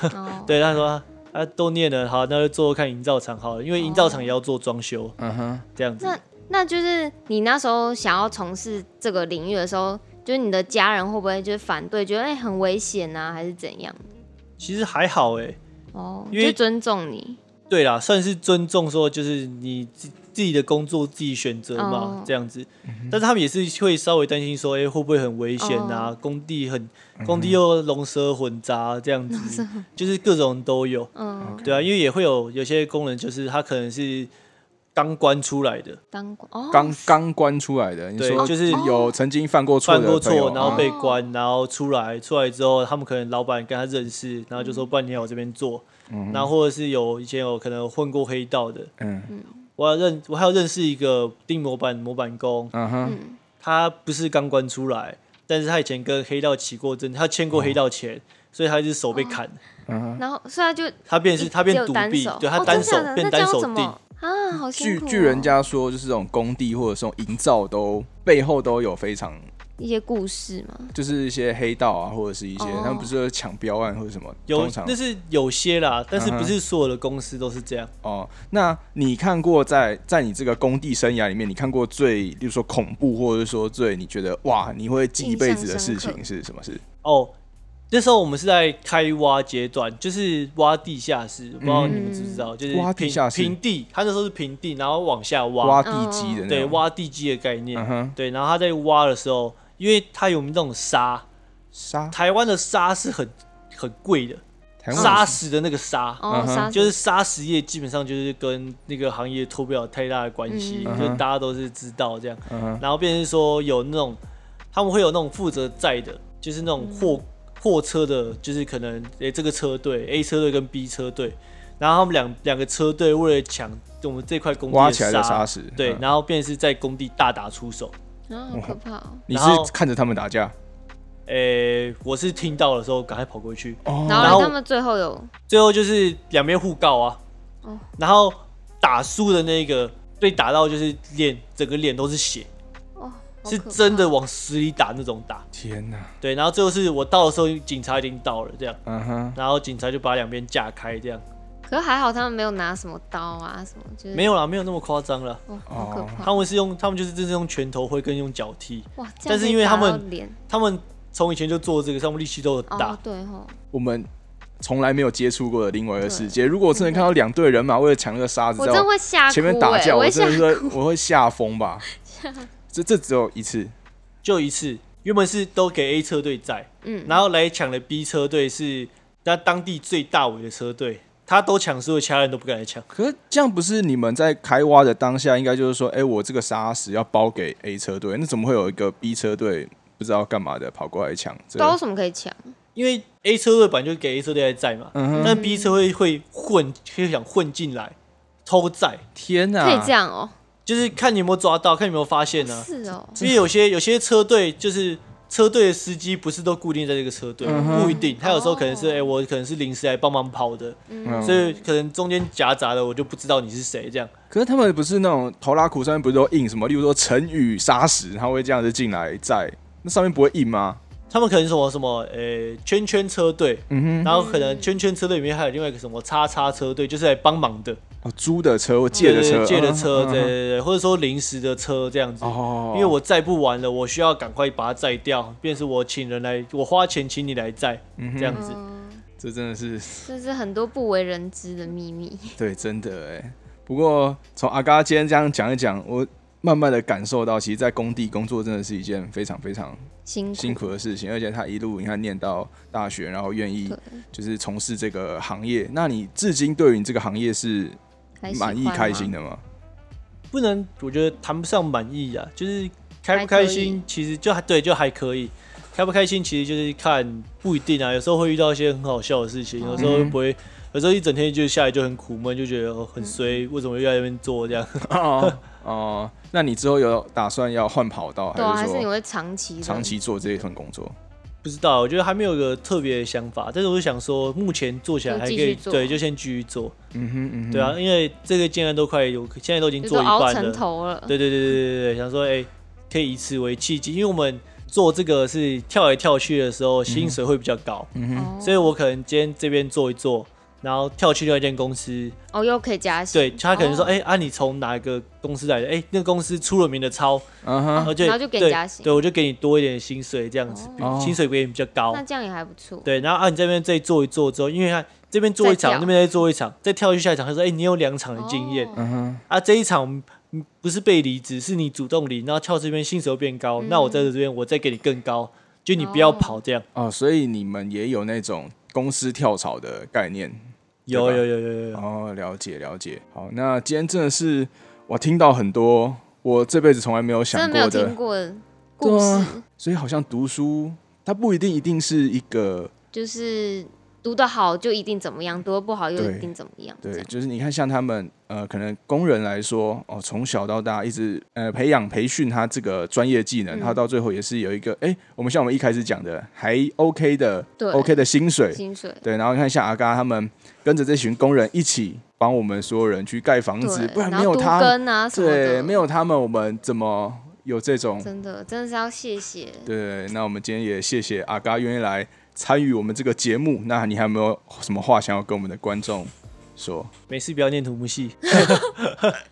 Speaker 2: 是哦，
Speaker 3: 对，他说啊都念了，好，那就做做看营造厂好了，因为营造厂也要做装修
Speaker 1: 嗯哼，
Speaker 3: 这样子。
Speaker 2: 那那就是你那时候想要从事这个领域的时候，就是你的家人会不会就是反对，觉得哎、很危险啊，还是怎样？
Speaker 3: 其实还好哎、
Speaker 2: 哦，
Speaker 3: 因为
Speaker 2: 就尊重你，
Speaker 3: 对啦，算是尊重说就是你自自己的工作自己选择嘛，
Speaker 2: 哦
Speaker 3: 这样子。但是他们也是会稍微担心说，哎、会不会很危险
Speaker 2: 哦
Speaker 3: 啊？工地很工地又龙蛇混杂这样子，就是各种都有。
Speaker 2: 嗯，
Speaker 3: 对啊，因为也会有有些工人，就是他可能是刚关出来的，
Speaker 2: 当过哦，
Speaker 1: 刚刚关出来的，你
Speaker 3: 对
Speaker 1: 说
Speaker 3: 就是
Speaker 1: 有曾经犯过错
Speaker 3: 犯
Speaker 1: 的
Speaker 3: 过
Speaker 1: 朋友
Speaker 3: 错，然后被
Speaker 1: 啊
Speaker 2: 嗯
Speaker 3: 关，然后出来，出来之后，他们可能老板跟他认识，然后就说，
Speaker 2: 嗯
Speaker 3: 不然你来我这边做。然后或者是有以前有可能混过黑道的，
Speaker 1: 嗯
Speaker 3: 我要认我还有认识一个钉模板模板工，
Speaker 1: 嗯哼
Speaker 2: 嗯，
Speaker 3: 他不是刚关出来，但是他以前跟黑道起过争，他欠过黑道钱，
Speaker 1: 哦
Speaker 3: 所以他一只手被砍，
Speaker 1: 嗯哼，
Speaker 2: 然后所以他就
Speaker 3: 他变是他变
Speaker 2: 哦只有
Speaker 3: 独
Speaker 2: 单
Speaker 3: 臂
Speaker 2: 手，
Speaker 3: 对他
Speaker 2: 哦
Speaker 3: 单
Speaker 2: 真
Speaker 3: 手
Speaker 2: 的假的
Speaker 3: 变
Speaker 2: 那这样
Speaker 3: 单手
Speaker 2: 怎么
Speaker 3: 定，
Speaker 2: 啊，好辛
Speaker 1: 据
Speaker 2: 苦、哦。
Speaker 1: 据人家说，就是这种工地或者这种营造都背后都有非常，
Speaker 2: 一些故事嘛，
Speaker 1: 就是一些黑道啊，或者是一些
Speaker 2: 哦
Speaker 1: 他们不是有抢标案或者什么，
Speaker 3: 有
Speaker 1: 通常
Speaker 3: 那是有些啦，但是
Speaker 1: 嗯哼
Speaker 3: 不是所有的公司都是这样。
Speaker 1: 哦。那你看过在在你这个工地生涯里面，你看过最，例如说恐怖，或者是说最你觉得哇你会记一辈子的事
Speaker 2: 印象深
Speaker 1: 情
Speaker 2: 刻
Speaker 1: 是什么事？
Speaker 3: 哦，那时候我们是在开挖阶段，就是挖地下室，不知道你们知不知道，就是
Speaker 1: 挖地
Speaker 3: 平
Speaker 1: 下室
Speaker 3: 平地，他那时候是平地，然后往下
Speaker 1: 挖地基的那种，
Speaker 2: 嗯
Speaker 3: 对，挖地基的概念。
Speaker 1: 嗯哼，
Speaker 3: 对，然后他在挖的时候，因为他有那种沙，
Speaker 1: 沙
Speaker 3: 台湾的沙是很很贵的，
Speaker 1: 台湾
Speaker 3: 杀死的那个沙，
Speaker 2: 哦
Speaker 1: 嗯，哼
Speaker 2: 杀、死
Speaker 3: 就是砂石业基本上就是跟那个行业脱不了太大的关系，
Speaker 1: 嗯
Speaker 3: 就
Speaker 1: 嗯哼
Speaker 3: 大家都是知道这样。
Speaker 1: 嗯哼
Speaker 3: 然后变成说有那种他们会有那种负责载的，就是那种
Speaker 1: 嗯
Speaker 3: 货货车的，就是可能诶、这个车队 A 车队跟 B 车队，然后他们两两个车队为了抢我们这块工地
Speaker 1: 挖起来的
Speaker 3: 沙
Speaker 1: 沙，石，
Speaker 3: 对，
Speaker 1: 嗯
Speaker 3: 然后变成是在工地大打出手。
Speaker 2: 啊，好可怕、哦。
Speaker 1: 你是
Speaker 3: 然后
Speaker 1: 看着他们打架，
Speaker 3: 诶、我是听到的时候赶快跑过去，
Speaker 1: 哦
Speaker 2: 然
Speaker 3: 然后
Speaker 2: 后他们最后有
Speaker 3: 最后就是两边互告啊，
Speaker 2: 哦
Speaker 3: 然后打输的那个被打到就是脸整个脸都是血，
Speaker 2: 哦，好
Speaker 3: 是
Speaker 2: 可怕
Speaker 3: 真的往死里打那种打。
Speaker 1: 天哪，
Speaker 3: 对，然后最后是我到的时候，警察已经到了，这样，
Speaker 1: 嗯哼，
Speaker 3: 然后警察就把两边架开，这样
Speaker 2: 可是还好他们没有拿什么刀啊，什么就是
Speaker 3: 没有啦，没有那么夸张啦。
Speaker 2: 哦，好可怕。
Speaker 3: 他们是用，他们就是真是用拳头挥跟用脚踢，
Speaker 2: 哇，这样
Speaker 3: 但是
Speaker 2: 可以
Speaker 3: 因为他们
Speaker 2: 打到脸
Speaker 3: 他们从以前就做这个，他们力气都很大
Speaker 2: 哦，，对吼，
Speaker 1: 我们从来没有接触过的另外一个世界。如果我真的看到两队人马为了抢那个沙子
Speaker 2: 我
Speaker 1: 在
Speaker 2: 真的
Speaker 1: 我
Speaker 2: 会吓哭
Speaker 1: 前面打
Speaker 2: 哎、
Speaker 1: 架，
Speaker 2: 我
Speaker 1: 我
Speaker 2: 会吓
Speaker 1: 真 的是会我会吓疯吧？这这只有一次，
Speaker 3: 就一次。原本是都给 A 车队在，
Speaker 2: 嗯，
Speaker 3: 然后来抢的 B 车队是那当地最大尾的车队，他都抢输了，其他人都不敢来抢。
Speaker 1: 可是这样不是你们在开挖的当下，应该就是说，哎、我这个沙石要包给 A 车队，那怎么会有一个 B 车队不知道干嘛的跑过来抢，这
Speaker 2: 知道为什么可以
Speaker 1: 啊
Speaker 2: 抢？
Speaker 3: 因为 A 车队本来就给 A 车队来载嘛，
Speaker 1: 嗯哼，
Speaker 3: 但 B 车队会混，会想混进来偷载，
Speaker 1: 天哪、
Speaker 2: 可以这样哦、
Speaker 3: 就是看你有没有抓到，看你有没有发现啊
Speaker 1: 啊
Speaker 3: 呢、
Speaker 2: 是哦、
Speaker 3: 因为有些有些车队就是车队的司机不是都固定在这个车队，
Speaker 1: 嗯哼
Speaker 3: 不一定，他有时候可能是
Speaker 2: 哦
Speaker 3: 哎、我可能是临时来帮忙跑的，
Speaker 1: 嗯
Speaker 3: 所以可能中间夹杂的我就不知道你是谁这样。
Speaker 1: 可是他们不是那种头拉苦上面不是都印什么，例如说成语沙石，他会这样子进来在那上面不会印吗？
Speaker 3: 他们可能什么什么呃、圈圈车队，
Speaker 1: 嗯
Speaker 3: 然后可能圈圈车队里面还有另外一个什么叉叉车队，就是来帮忙的，
Speaker 1: 哼，哦，租的车或借的车，
Speaker 3: 对借的车，
Speaker 1: 嗯
Speaker 3: 对对，对，或者说临时的车这样子。
Speaker 1: 哦，
Speaker 3: 因为我载不完了，我需要赶快把它载掉，便是我请人来，我花钱请你来载，
Speaker 1: 嗯哼
Speaker 3: 这样子。
Speaker 2: 嗯，
Speaker 1: 这真的是
Speaker 2: 这是很多不为人知的秘密。
Speaker 1: 对，真的哎。不过从阿嘎今天这样讲一讲，我慢慢的感受到，其实，在工地工作真的是一件非常非常
Speaker 2: 辛苦，
Speaker 1: 辛苦的事情，而且他一路你看念到大学，然后愿意
Speaker 2: 对
Speaker 1: 就是从事这个行业。那你至今对于你这个行业是
Speaker 2: 还喜欢
Speaker 1: 满意
Speaker 2: 吗
Speaker 1: 开心。的吗？
Speaker 3: 不能，我觉得谈不上满意啊，就是开不
Speaker 2: 还可
Speaker 3: 开
Speaker 2: 以
Speaker 3: 心，其实就还对，就还可以。开不开心其实就是看不一定啊，有时候会遇到一些很好笑的事情，有时候
Speaker 1: 嗯
Speaker 3: 不会，有时候一整天就下来就很苦闷，就觉得、哦、很衰，
Speaker 2: 嗯
Speaker 3: 为什么又在那边做这样？
Speaker 1: 哦哦，那你之后有打算要换跑道，
Speaker 2: 对啊，还
Speaker 1: 是
Speaker 2: 是你
Speaker 1: 说
Speaker 2: 会长期的
Speaker 1: 长期做这一份工作？
Speaker 3: 不知道，我觉得还没有个特别的想法，但是我就想说，目前做起来
Speaker 2: 就
Speaker 3: 还可
Speaker 2: 继
Speaker 3: 以
Speaker 2: 续，做
Speaker 3: 对，就先继续做，
Speaker 1: 嗯哼嗯哼，
Speaker 3: 对啊，，因为这个竟然都快有，现在都已经
Speaker 2: 就
Speaker 3: 做
Speaker 2: 是
Speaker 3: 一
Speaker 2: 熬
Speaker 3: 半
Speaker 2: 成
Speaker 3: 了，
Speaker 2: 头了。哦
Speaker 3: 对对对对对对，想说哎、可以以此为契机，因为我们做这个是跳来跳去的时候，薪水会比较高，
Speaker 1: 嗯哼，
Speaker 2: 哦，
Speaker 3: 所以我可能今天这边做一做，然后跳去另外一间公司，
Speaker 2: 哦又可以加薪，
Speaker 3: 对他可能说
Speaker 2: 哦
Speaker 3: 哎、啊你从哪个公司来的？哎、那个公司出了名的超，
Speaker 1: 嗯哼，
Speaker 3: 而且
Speaker 2: 啊然后就给你
Speaker 3: 对
Speaker 2: 加薪
Speaker 3: 对我就给你多一点薪水这样子，
Speaker 1: 哦
Speaker 3: 薪水给你比较高
Speaker 2: 那，这样也还不错。
Speaker 3: 对，然后啊你这边再做一做之后，因为他这边做一
Speaker 2: 再
Speaker 3: 场，
Speaker 2: 跳
Speaker 3: 那边再做一场，再跳去下一场，他说哎、你有两场的经验。
Speaker 2: 哦
Speaker 1: 嗯哼，
Speaker 3: 啊，这一场嗯不是被离职，是你主动离，然后跳这边薪水又变高，
Speaker 2: 嗯
Speaker 3: 那我在这边我再给你更高，就你不要跑这样。
Speaker 1: 哦，所以你们也有那种公司跳槽的概念。
Speaker 3: 有
Speaker 1: 对吧
Speaker 3: 有有有有有，
Speaker 1: 哦，了解了解。好，那今天真的是我听到很多我这辈子从来没有
Speaker 2: 真
Speaker 1: 想
Speaker 2: 的没有
Speaker 1: 过
Speaker 2: 听
Speaker 1: 的，
Speaker 2: 过的故
Speaker 1: 对啊
Speaker 2: 事，
Speaker 1: 所以好像读书它不一定一定是一个
Speaker 2: 就是读得好就一定怎么样，读得不好又
Speaker 1: 对
Speaker 2: 一定怎么样。这
Speaker 1: 对，
Speaker 2: 样，
Speaker 1: 就是你看像他们呃，可能工人来说哦，从小到大一直呃培养培训他这个专业技能，
Speaker 2: 嗯
Speaker 1: 他到最后也是有一个哎，我们像我们一开始讲的还 OK 的
Speaker 2: 对
Speaker 1: OK 的薪水，
Speaker 2: 薪水
Speaker 1: 对，然后看像阿嘎他们跟着这群工人一起帮我们所有人去盖房子，
Speaker 2: 对，
Speaker 1: 不然
Speaker 2: 然
Speaker 1: 没
Speaker 2: 后
Speaker 1: 有
Speaker 2: 都
Speaker 1: 他，
Speaker 2: 根啊什么
Speaker 1: 对，
Speaker 2: 的，
Speaker 1: 没有他们，我们怎么有这种？
Speaker 2: 真的真的是要谢谢。
Speaker 1: 对，那我们今天也谢谢阿嘎愿意来参与我们这个节目。那你还有没有什么话想要跟我们的观众说？
Speaker 3: 没事不要念土 木系，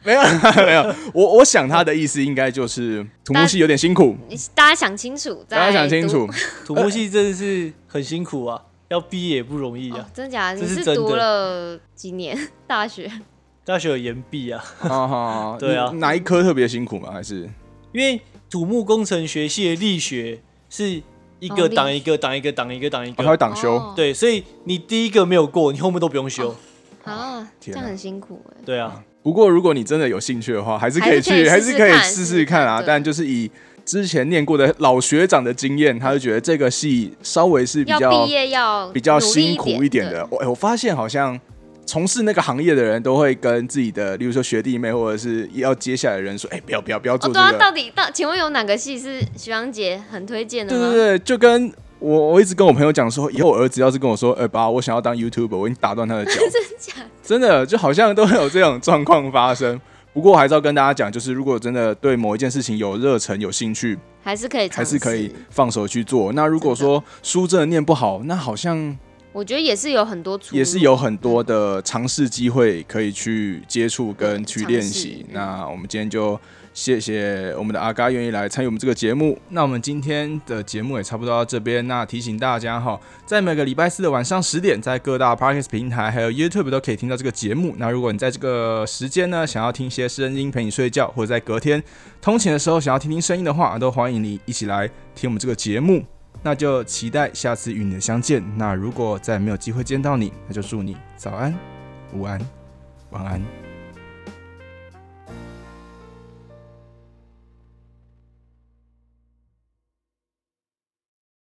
Speaker 1: 没有，没有。我我想他的意思应该就是土木系有点辛苦，
Speaker 2: 你大家想清楚，
Speaker 1: 大家想清
Speaker 2: 再哦
Speaker 1: 楚。
Speaker 3: 土木系真的是很辛苦啊，要毕业也不容易
Speaker 2: 读。哦
Speaker 3: 啊。，
Speaker 2: 真的假的？
Speaker 3: 这
Speaker 2: 你
Speaker 3: 是
Speaker 2: 是
Speaker 3: 真的
Speaker 2: 读了几年 大学？
Speaker 3: 大学有延毕啊，
Speaker 1: 哦好 好好
Speaker 3: 对啊
Speaker 1: 你哪一科特别辛苦吗？还是
Speaker 3: 因为土木工程学系的力学是一
Speaker 2: 哦
Speaker 3: 个
Speaker 2: 力
Speaker 3: 挡一个挡一个挡一个挡一
Speaker 1: 哦他会
Speaker 3: 个，
Speaker 1: 挡修？
Speaker 2: 哦
Speaker 3: 对，所以你第一个没有过，你后面都不用修。
Speaker 2: 啊，这
Speaker 1: 天
Speaker 2: 样
Speaker 1: 哪
Speaker 2: 很辛苦哎。
Speaker 3: 对啊，
Speaker 1: 不过，如果你真的有兴趣的话，还是可以去，还
Speaker 2: 还
Speaker 1: 是
Speaker 2: 是
Speaker 1: 可
Speaker 2: 可
Speaker 1: 以
Speaker 2: 以
Speaker 1: 试
Speaker 2: 试
Speaker 1: 试
Speaker 2: 试
Speaker 1: 看
Speaker 2: 看
Speaker 1: 啊。
Speaker 2: 对
Speaker 1: 但就是以之前念过的老学长的经验，他就觉得这个系稍微是比
Speaker 2: 要
Speaker 1: 较
Speaker 2: 毕业要
Speaker 1: 比较
Speaker 2: 努力
Speaker 1: 辛苦一点的。
Speaker 2: 哦
Speaker 1: 我、哎我发现好像从事那个行业的人都会跟自己的，例如说学弟妹或者是要接下来的人说：“哎、不要不要不要
Speaker 2: 对
Speaker 1: 做
Speaker 2: 哦，
Speaker 1: 这
Speaker 2: 对啊，
Speaker 1: 个。
Speaker 2: 到底到请问有哪个系是徐阳姐很推荐的
Speaker 1: 对
Speaker 2: 吗？
Speaker 1: 对对，就跟我我一直跟我朋友讲说，以后我儿子要是跟我说：“哎、爸，我想要当 YouTuber，我已经打断他的脚。”
Speaker 2: 真假的？
Speaker 1: 真的就好像都会有这种状况发生。不过还是要跟大家讲，就是如果真的对某一件事情有热忱、有兴趣，
Speaker 2: 还是可以，
Speaker 1: 还是可以。放手去做。那如果说书真的念不好，那好像
Speaker 2: 我觉得也是有很多出路，啊
Speaker 1: 也是有很多的尝试机会可以去接触跟去练习
Speaker 2: 尝试。嗯
Speaker 1: 那我们今天就谢谢我们的阿嘎愿意来参与我们这个节目。那我们今天的节目也差不多到这边。那提醒大家哈，在每个礼拜四的晚上十点，在各大 Podcast 平台还有 YouTube 都可以听到这个节目。那如果你在这个时间呢，想要听一些声音陪你睡觉，或者在隔天通勤的时候想要听听声音的话，都欢迎你一起来听我们这个节目。那就期待下次与你的相见。那如果再没有机会见到你，那就祝你早安、午安、晚安，